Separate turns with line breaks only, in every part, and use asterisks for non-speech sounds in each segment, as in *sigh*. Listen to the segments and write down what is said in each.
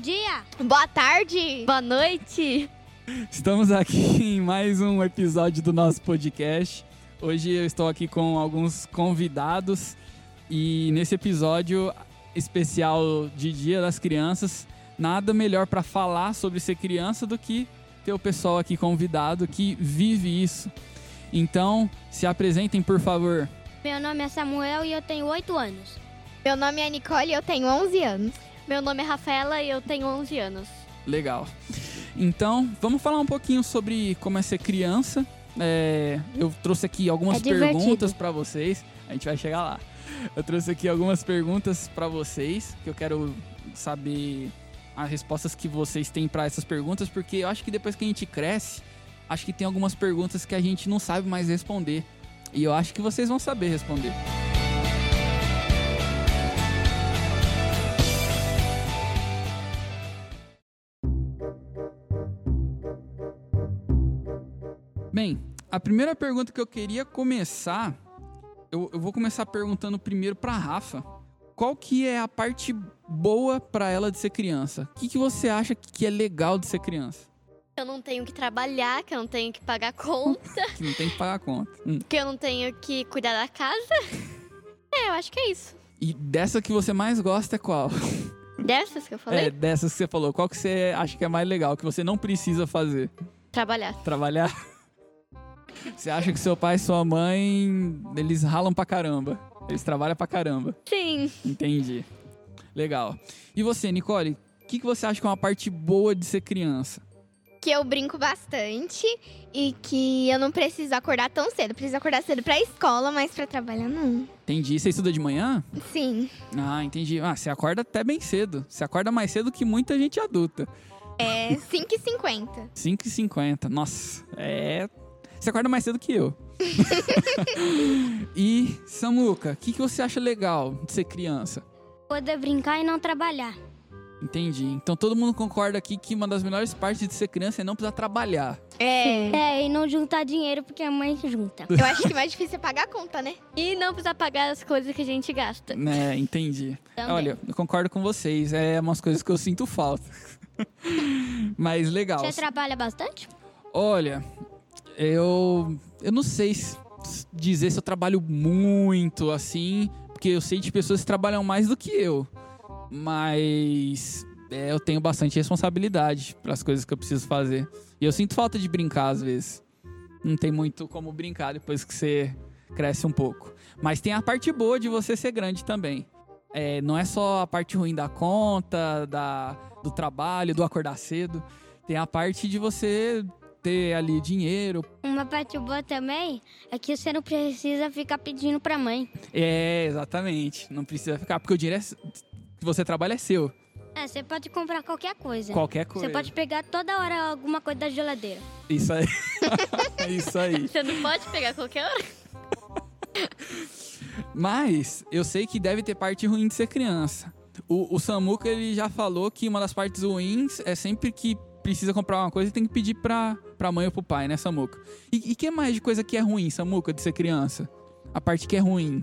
dia,
Boa tarde.
boa noite.
Estamos aqui *laughs* em mais um episódio do nosso podcast. Hoje eu estou aqui com alguns convidados e nesse episódio especial de Dia das Crianças, nada melhor para falar sobre ser criança do que ter o pessoal aqui convidado que vive isso. Então, se apresentem, por favor.
Meu nome é Samuel e eu tenho 8 anos.
Meu nome é Nicole e eu tenho 11 anos.
Meu nome é Rafaela e eu tenho 11 anos.
Legal. Então, vamos falar um pouquinho sobre como é ser criança. É, eu trouxe aqui algumas
É divertido.
perguntas pra vocês. A gente vai chegar lá. Eu trouxe aqui algumas perguntas pra vocês que eu quero saber as respostas que vocês têm pra essas perguntas, porque eu acho que depois que a gente cresce, acho que tem algumas perguntas que a gente não sabe mais responder. E eu acho que vocês vão saber responder. Bem, a primeira pergunta que eu queria começar, eu, eu vou começar perguntando primeiro pra Rafa. Qual que é a parte boa pra ela de ser criança? O que, que você acha que que é legal de ser criança?
que eu não tenho que trabalhar, que eu não tenho que pagar
*laughs*
conta,
Que não tem que pagar a conta. Hum.
que eu não tenho que cuidar
*laughs*
da casa. É, eu acho que é isso.
E dessa que você mais gosta é qual?
Dessas que eu falei?
É, dessas que você falou. Qual que você acha que é mais legal, que você não precisa fazer?
Trabalhar.
Trabalhar? *laughs* Você acha que seu pai e sua mãe, eles ralam pra caramba. Eles trabalham pra caramba.
Sim.
Entendi. Legal. E você, Nicole, o que, que você acha que é uma parte boa de ser criança?
Que eu brinco bastante e que eu não preciso acordar tão cedo. Preciso acordar cedo pra escola, mas pra trabalhar não.
Entendi. Você estuda de manhã?
Sim.
Ah, entendi. Ah, você acorda até bem cedo. Você acorda mais cedo que muita gente adulta.
*laughs*
É 5 e 50.
5h50. Nossa, é. Você acorda mais cedo que eu. *laughs* e, Samuca, o que, que você acha legal de ser criança?
Poder brincar e não trabalhar.
Entendi. Então todo mundo concorda aqui que uma das melhores partes de ser criança é não precisar trabalhar.
É.
É, e não juntar dinheiro porque a mãe junta.
Eu acho que o mais difícil é pagar a conta, né?
E não precisar pagar as coisas que a gente gasta.
Né, entendi.
Também.
Olha, eu concordo com vocês. É umas coisas que eu sinto falta. *laughs* Mas legal.
Você trabalha bastante?
Olha, eu eu não sei s- dizer se eu trabalho muito assim, porque eu sei de pessoas que trabalham mais do que eu. Mas é, eu tenho bastante responsabilidade para as coisas que eu preciso fazer. E eu sinto falta de brincar às vezes. Não tem muito como brincar depois que você cresce um pouco. Mas tem a parte boa de você ser grande também. É, não é só a parte ruim da conta, da, do trabalho, do acordar cedo. Tem a parte de você ter ali dinheiro.
Uma parte boa também é que você não precisa ficar pedindo pra mãe.
É, exatamente. Não precisa ficar, porque o dinheiro é s- que você trabalha é seu.
É, você pode comprar qualquer coisa.
Qualquer coisa.
É. Você pode pegar toda hora alguma coisa da geladeira.
Isso aí. *laughs* Isso aí.
Você não pode pegar qualquer hora.
Mas eu sei que deve ter parte ruim de ser criança. O, o Samuca ele já falou que uma das partes ruins é sempre que precisa comprar uma coisa e tem que pedir pra, pra mãe ou pro pai, né, Samuca? E o que mais de coisa que é ruim, Samuca, de ser criança? A parte que é ruim.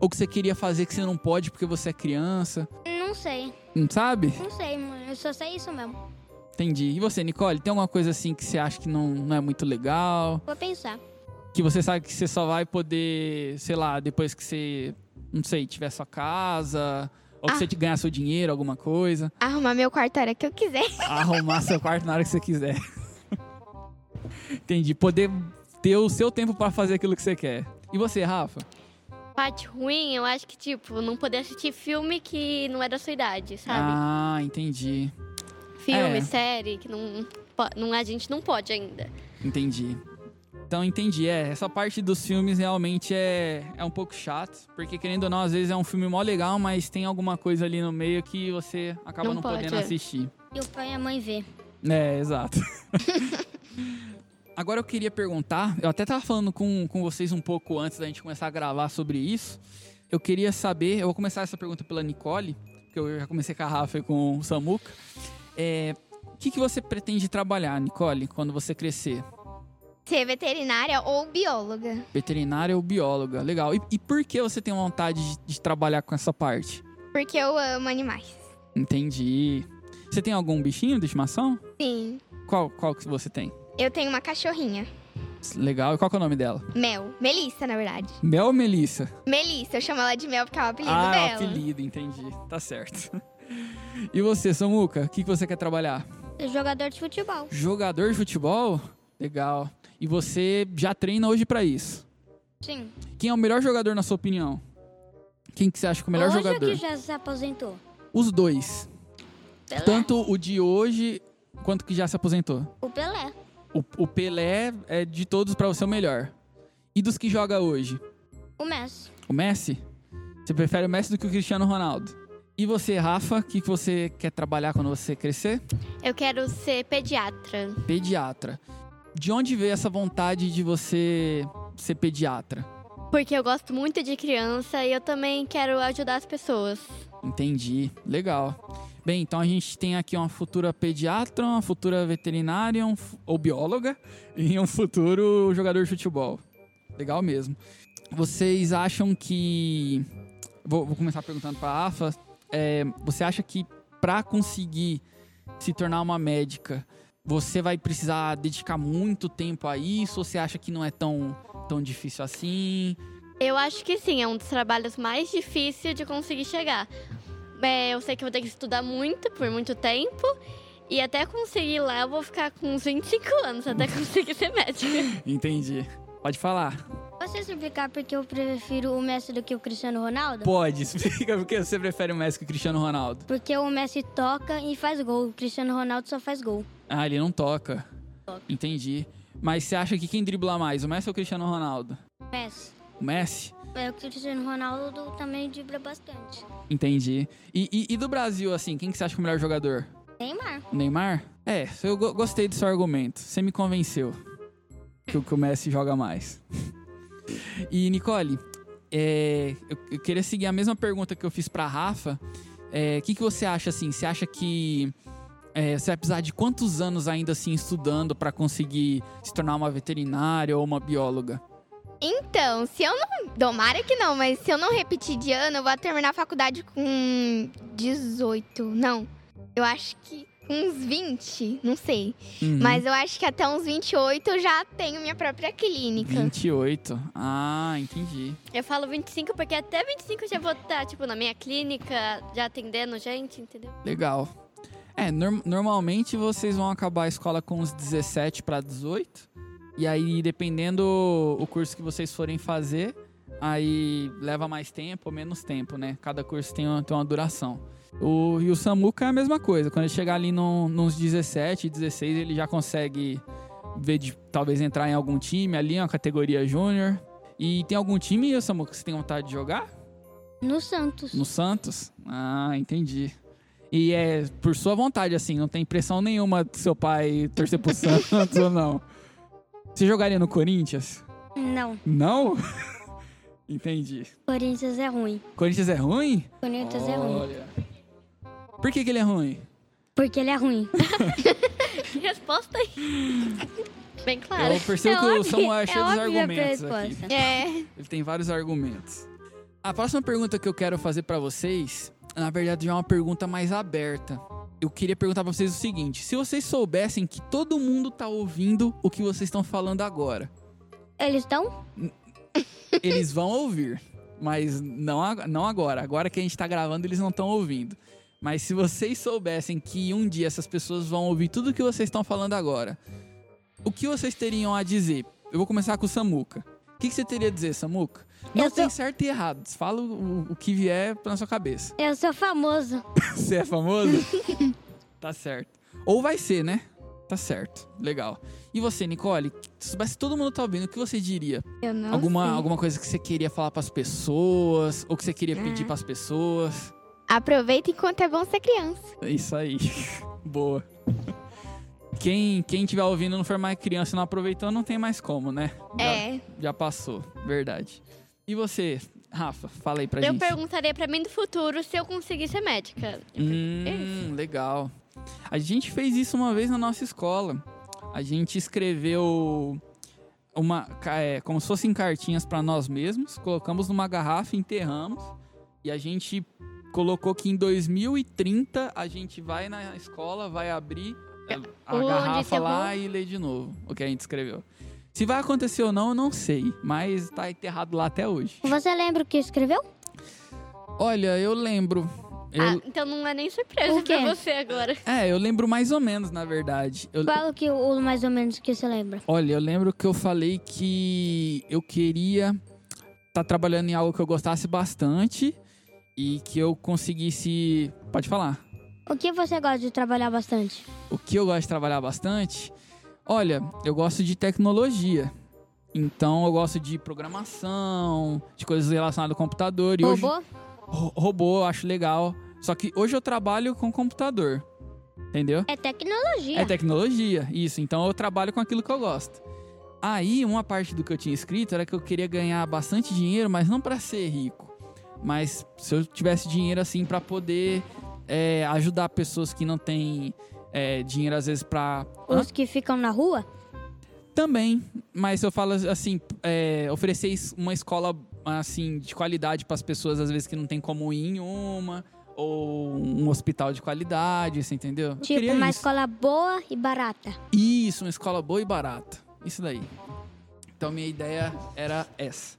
Ou que você queria fazer que você não pode porque você é criança.
Não sei,
Não sabe?
não sei, mano. Eu só sei isso mesmo.
Entendi. E você, Nicole, tem alguma coisa assim que você acha que não, não é muito legal?
Vou pensar.
Que você sabe que você só vai poder, sei lá, depois que você, não sei, tiver sua casa, ou que
Ah.
você ganhar seu dinheiro, alguma coisa,
Arrumar meu quarto a hora que eu quiser.
arrumar seu quarto na hora que você quiser. *laughs* Entendi. Poder ter o seu tempo pra fazer aquilo que você quer. E você, Rafa?
Parte ruim, eu acho que, tipo, não poder assistir filme que não é da sua idade, sabe?
Ah, entendi.
filme,
é.
série, que não, po- não, a gente não pode ainda.
Entendi. Então entendi, é, essa parte dos filmes realmente é, é um pouco chato, porque querendo ou não, às vezes é um filme mó legal, mas tem alguma coisa ali no meio que você acaba não,
Não pode,
podendo
é.
assistir.
E o pai e a mãe vê.
*laughs*
É, exato. Agora eu queria perguntar, eu até tava falando com, com vocês um pouco antes da gente começar a gravar sobre isso. Eu queria saber, eu vou começar essa pergunta pela Nicole, que eu já comecei com a Rafa e com o Samuca. É, o que, que você pretende trabalhar, Nicole, quando você crescer?
Ser veterinária ou bióloga.
Veterinária ou bióloga, legal. E, e por que você tem vontade de, de trabalhar com essa parte?
Porque eu amo animais.
Entendi. Você tem algum bichinho de estimação?
Sim.
Qual, qual que você tem?
Eu tenho uma cachorrinha.
Legal. E qual que é o nome dela?
Mel. Melissa, na verdade.
Mel ou Melissa?
Melissa, eu chamo ela de Mel porque é o apelido
ah, é o
dela.
apelido, entendi. Tá certo. *laughs* E você, Samuca, o que, que você quer trabalhar?
Jogador de futebol.
Jogador de futebol? Legal. E você já treina hoje pra isso?
Sim.
Quem é o melhor jogador, na sua opinião? Quem que você acha que é o melhor
Hoje
jogador?
que já se aposentou.
Os dois.
Pelé.
Tanto o de hoje quanto que já se aposentou.
O Pelé.
O, o Pelé é de todos pra você o melhor. E dos que joga hoje?
O Messi.
O Messi? Você prefere o Messi do que o Cristiano Ronaldo? E você, Rafa, o que, que você quer trabalhar quando você crescer?
Eu quero ser pediatra.
Pediatra. De onde veio essa vontade de você ser pediatra?
Porque eu gosto muito de criança e eu também quero ajudar as pessoas.
Entendi. Legal. Bem, então a gente tem aqui uma futura pediatra, uma futura veterinária um fu- ou bióloga *laughs* e um futuro jogador de futebol. Legal mesmo. Vocês acham que. Vou, vou começar perguntando para a AFA. É, você acha que para conseguir se tornar uma médica, você vai precisar dedicar muito tempo a isso? Ou você acha que não é tão, tão difícil assim?
Eu acho que sim, é um dos trabalhos mais difíceis de conseguir chegar. É, eu sei que eu vou ter que estudar muito, por muito tempo. E até conseguir ir lá, eu vou ficar com uns 25 anos até *laughs* conseguir ser médica.
Entendi. Pode falar.
Posso explicar porque eu prefiro o Messi do que o Cristiano Ronaldo?
Pode, *laughs* explica porque você prefere o Messi que o Cristiano Ronaldo.
Porque o Messi toca e faz gol. O Cristiano Ronaldo só faz gol.
Ah, ele não toca. Entendi. Mas você acha que quem dribla mais, o Messi ou o Cristiano Ronaldo?
Messi.
O Messi?
É, O Cristiano Ronaldo também dribla bastante.
Entendi. E, e- e do Brasil, assim, quem que você acha que é o melhor jogador?
Neymar.
O Neymar? É, eu go- gostei do seu argumento. Você me convenceu que, o- que o Messi joga mais. *laughs* E, Nicole, é, eu, eu queria seguir a mesma pergunta que eu fiz pra Rafa. É, O que, que você acha, assim? Você acha que é, você vai precisar de quantos anos ainda, assim, estudando pra conseguir se tornar uma veterinária ou uma bióloga?
Então, se eu não. Tomara que não, mas se eu não repetir de ano, eu vou terminar a faculdade com 18. Não. Eu acho que com uns 20, não sei.
Uhum.
Mas eu acho que até uns 28 eu já tenho minha própria
Uhum.
clínica.
28. Ah, entendi.
Eu falo 25 porque até 25 eu já vou estar, tipo, na minha clínica, já atendendo gente, entendeu? *laughs*
Legal. É, norm- normalmente vocês vão acabar a escola com uns 17 para 18. E aí, dependendo o curso que vocês forem fazer, aí leva mais tempo ou menos tempo, né? Cada curso tem uma, tem uma duração. O, e o Samuca é a mesma coisa. Quando ele chegar ali num- nos 17, 16, ele já consegue ver de talvez entrar em algum time ali, uma categoria júnior. E tem algum time, Samuca, que você tem vontade de jogar?
No Santos.
No Santos? Ah, entendi. E é por sua vontade, assim, não tem pressão nenhuma do seu pai torcer pro Santos ou não. Você jogaria no Corinthians?
Não.
Não? *laughs* entendi.
Corinthians é ruim.
Corinthians é ruim?
Corinthians é ruim.
Olha. Por que, que ele é ruim?
Porque ele é ruim.
Que
*laughs*
resposta aí? Bem claro.
Eu percebo que o
óbvio-
Samuel é cheio dos
óbvia a
argumentos aqui.
resposta.
É.
Ele tem vários argumentos. A próxima pergunta que eu quero fazer pra vocês, na verdade, já é uma pergunta mais aberta. Eu queria perguntar pra vocês o seguinte: se vocês soubessem que todo mundo tá ouvindo o que vocês estão falando agora,
Eles estão?
eles vão ouvir, mas não, ag- não agora. Agora que a gente tá gravando, eles não estão ouvindo. Mas se vocês soubessem que um dia essas pessoas vão ouvir tudo que vocês estão falando agora, o que vocês teriam a dizer? Eu vou começar com o Samuca. O que, que você teria a dizer, Samuca? Não
Eu
tem
sou-
certo e errado. Fala o, o que vier na sua cabeça.
Eu sou famoso.
Você é famoso?
*laughs*
tá certo. Ou vai ser, né? Tá certo. Legal. E você, Nicole? Se soubesse que todo mundo tá ouvindo, o que você diria?
Eu não
alguma,
sei.
alguma coisa que você queria falar pras pessoas? Ou que você queria
É.
pedir pras pessoas?
Aproveita enquanto é bom ser criança.
É isso aí. *laughs* Boa. Quem, quem tiver ouvindo e não for mais criança e não aproveitou, não tem mais como, né? Já-
É.
Já passou. Verdade. E você, Rafa? Fala aí pra
Eu
gente.
perguntaria pra mim do futuro se eu conseguir ser médica.
Hum, legal. A gente fez isso uma vez na nossa escola. A gente escreveu uma ca- é, como se fossem cartinhas para nós mesmos, colocamos numa garrafa, enterramos e a gente colocou que em 2030 a gente vai na escola, vai abrir a, a
Onde
garrafa
tem
lá e ler de novo o que a gente escreveu. Se vai acontecer ou não, eu não sei, mas tá enterrado lá até hoje.
Você lembra o que escreveu?
Olha, eu lembro.
Ah,
Eu-
então não é nem surpresa
O quê?
pra você agora.
É, eu lembro mais ou menos, na verdade. Eu-
Fala o que o mais ou menos que você lembra.
Olha, eu lembro que eu falei que eu queria estar trabalhando em algo que eu gostasse bastante e que eu conseguisse. Pode falar.
O que você gosta de trabalhar bastante?
O que eu gosto de trabalhar bastante? Olha, eu gosto de tecnologia. Então eu gosto de programação, de coisas relacionadas ao computador. E hoje,
Robô?
Ro- robô, eu acho legal. Só que hoje eu trabalho com computador. Entendeu?
É tecnologia.
É tecnologia, isso. Então eu trabalho com aquilo que eu gosto. Aí, uma parte do que eu tinha escrito era que eu queria ganhar bastante dinheiro, mas não para ser rico. Mas se eu tivesse dinheiro assim para poder é, ajudar pessoas que não têm é, dinheiro, às vezes, pra. Hã?
Os que ficam na rua?
Também, mas eu falo assim, é, oferecer es- uma escola assim de qualidade para as pessoas às vezes que não tem como ir em uma ou um hospital de qualidade, você entendeu? Eu
Tipo,
queria
uma
isso.
escola boa e barata.
Isso, uma escola boa e barata. Isso daí. Então minha ideia era essa.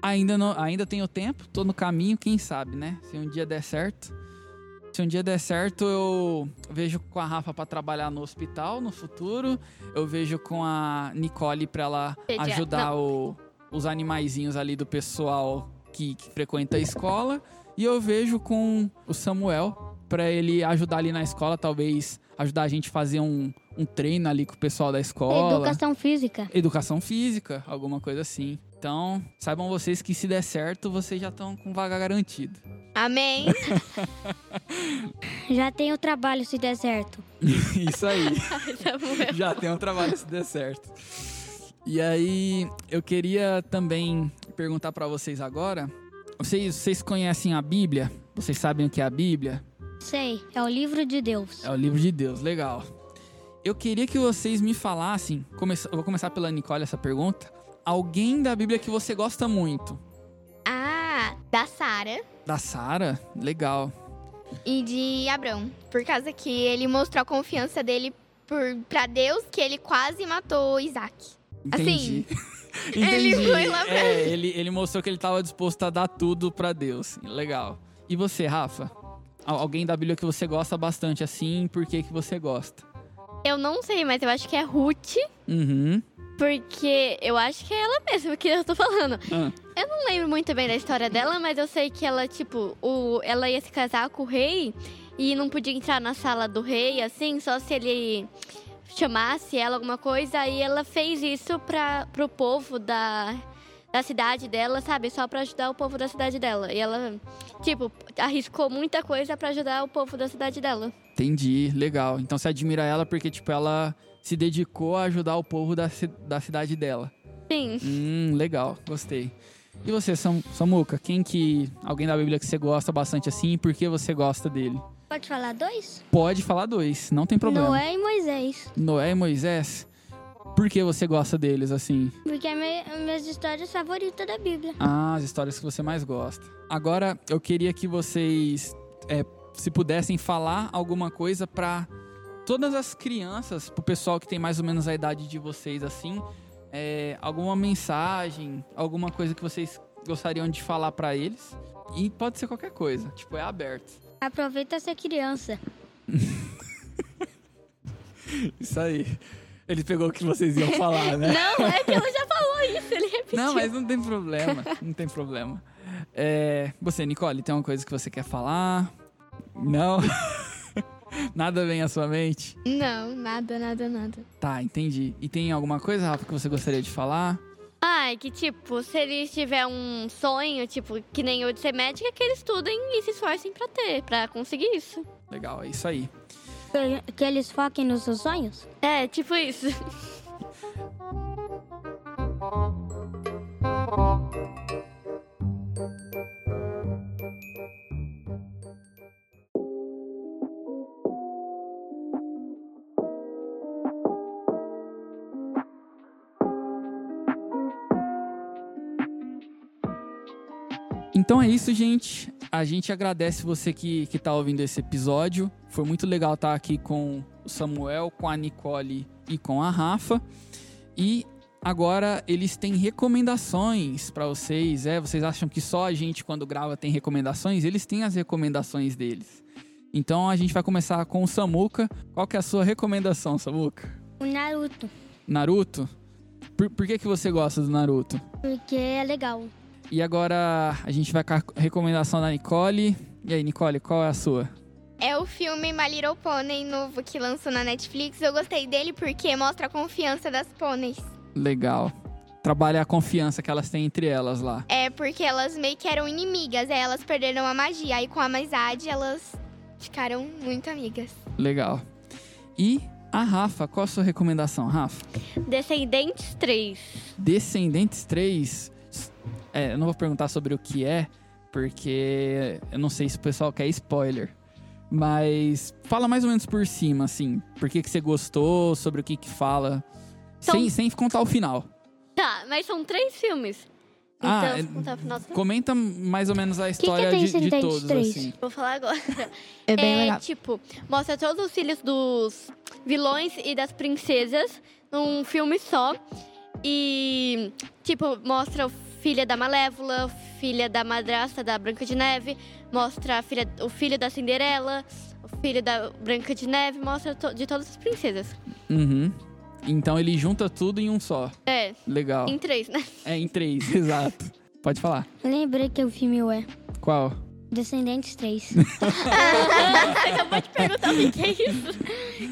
Ainda não, ainda tenho tempo, tô no caminho, quem sabe, né? Se um dia der certo. Se um dia der certo, eu vejo com a Rafa pra trabalhar no hospital no futuro. Eu vejo com a Nicole pra ela
Pediatra.
ajudar o- os animaizinhos ali do pessoal que, que frequenta a escola. E eu vejo com o Samuel pra ele ajudar ali na escola, talvez ajudar a gente a fazer um, um treino ali com o pessoal da escola.
Educação física.
Educação física, alguma coisa assim. Então, saibam vocês que se der certo, vocês já estão com vaga garantida. *laughs*
*laughs*
Amém.
Já tem o trabalho se der certo.
Isso aí.
Samuel.
já tem um trabalho se der certo. E aí, eu queria também perguntar pra vocês agora. Vocês, vocês conhecem a Bíblia? Vocês sabem o que é a Bíblia?
Sei, é o livro de Deus.
É o livro de Deus, legal. Eu queria que vocês me falassem, come- eu vou começar pela Nicole essa pergunta. Alguém da Bíblia que você gosta muito?
Ah, da Sara
Da Sara? Legal.
e de Abrão. Por causa que ele mostrou a confiança dele por, pra Deus que ele quase matou Isaac.
Entendi.
Assim,
*laughs*
ele foi lá pra-
É, ele, ele mostrou que ele estava disposto a dar tudo pra Deus. Legal. E você, Rafa? Al- Alguém da Bíblia que você gosta bastante assim, por que que você gosta?
Eu não sei, mas eu acho que é Ruth,
Uhum.
porque eu acho que é ela mesma que eu tô falando.
Ah,
Eu não lembro muito bem da história dela, mas eu sei que ela, tipo, o, ela ia se casar com o rei e não podia entrar na sala do rei, assim, só se ele chamasse ela alguma coisa. E ela fez isso pra, pro povo da, da cidade dela, sabe? Só pra ajudar o povo da cidade dela. E ela, tipo, arriscou muita coisa pra ajudar o povo da cidade dela.
entendi. Legal. Então você admira ela porque, tipo, ela se dedicou a ajudar o povo da, ci- da cidade dela.
Sim.
Hum, legal, gostei. E você, Sam, Samuca, quem que. Alguém da Bíblia que você gosta bastante assim e por que você gosta dele?
Pode falar dois?
Pode falar dois, não tem problema.
Noé e Moisés.
Noé e Moisés, por que você gosta deles assim?
Porque é me- minhas histórias favoritas da Bíblia.
Ah, as histórias que você mais gosta. Agora, eu queria que vocês, é, se pudessem, falar alguma coisa pra todas as crianças, pro pessoal que tem mais ou menos a idade de vocês, assim, é, alguma mensagem, alguma coisa que vocês gostariam de falar pra eles. E pode ser qualquer coisa, tipo, é aberto.
Aproveita essa criança.
Isso aí. Ele pegou o que vocês iam falar, né?
Não, é que ela já falou isso, ele repetiu.
Não, mas não tem problema. Não tem problema. É, você, Nicole, tem uma coisa que você quer falar? Não? *laughs* Nada vem à sua mente?
Não, nada, nada, nada.
Tá, entendi. E tem alguma coisa, Rafa, que você gostaria de falar?
Ai, que tipo, se eles tiver um sonho, tipo, que nem eu de ser médica, é que eles estudem e se esforcem pra ter, pra conseguir isso.
Legal, é isso aí.
Que, que eles foquem nos seus sonhos.
É, tipo isso. *laughs*
Então é isso, gente. A gente agradece você que, que tá ouvindo esse episódio. Foi muito legal estar aqui com o Samuel, com a Nicole e com a Rafa. E agora eles têm recomendações para vocês. É, vocês acham que só a gente quando grava tem recomendações? Eles têm as recomendações deles. Então a gente vai começar com o Samuca. Qual que é a sua recomendação, Samuca?
O Naruto,
Naruto? Por, por que, que você gosta do Naruto?
porque é legal.
E agora a gente vai com a recomendação da Nicole. E aí, Nicole, qual é a sua?
É o filme My Little Pony novo que lançou na Netflix. Eu gostei dele porque mostra a confiança das pôneis.
Legal. Trabalha a confiança que elas têm entre elas lá.
É porque elas meio que eram inimigas, aí elas perderam a magia. Aí com a amizade elas ficaram muito amigas.
Legal. E a Rafa, qual a sua recomendação, Rafa?
Descendentes 3.
Descendentes 3. É, eu não vou perguntar sobre o que é, porque eu não sei se o pessoal quer spoiler. Mas fala mais ou menos por cima, assim. Por que, que você gostou, sobre o que, que fala.
Então-
Sem, sem contar o final.
Tá, mas são três filmes.
Ah,
Então,
é-
se contar o final, você-
Comenta mais ou menos a história
tem
de- de,
Descendentes
todos,
3?
assim.
vou falar agora.
*laughs* É
tipo, mostra todos os filhos dos vilões e das princesas num filme só. E, tipo, mostra a filha da Malévola, filha da madrasta da Branca de Neve, mostra a filha, o filho da Cinderela, o filho da Branca de Neve, mostra to- de todas as princesas.
Uhum. Então ele junta tudo em um só.
É,
Legal.
em três, né? *laughs*
É, em três, *laughs* exato. Pode falar.
Eu lembrei que o filme é
Qual?
Descendentes 3.
Você acabou de perguntar o que que é isso.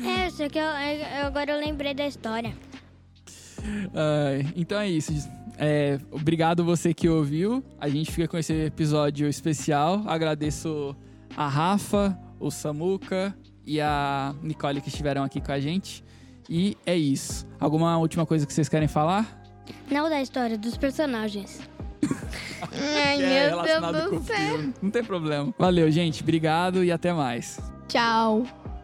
é, só que eu, eu- agora eu lembrei da história.
Ai, então é isso. É, obrigado você que ouviu. A gente fica com esse episódio especial. Agradeço a Rafa, o Samuca e a Nicole que estiveram aqui com a gente. E é isso. Alguma última coisa que vocês querem falar?
Não da história, dos personagens.
Ai,
é
meu Deus do céu.
Não tem problema. Valeu, gente. Obrigado e até mais.
Tchau.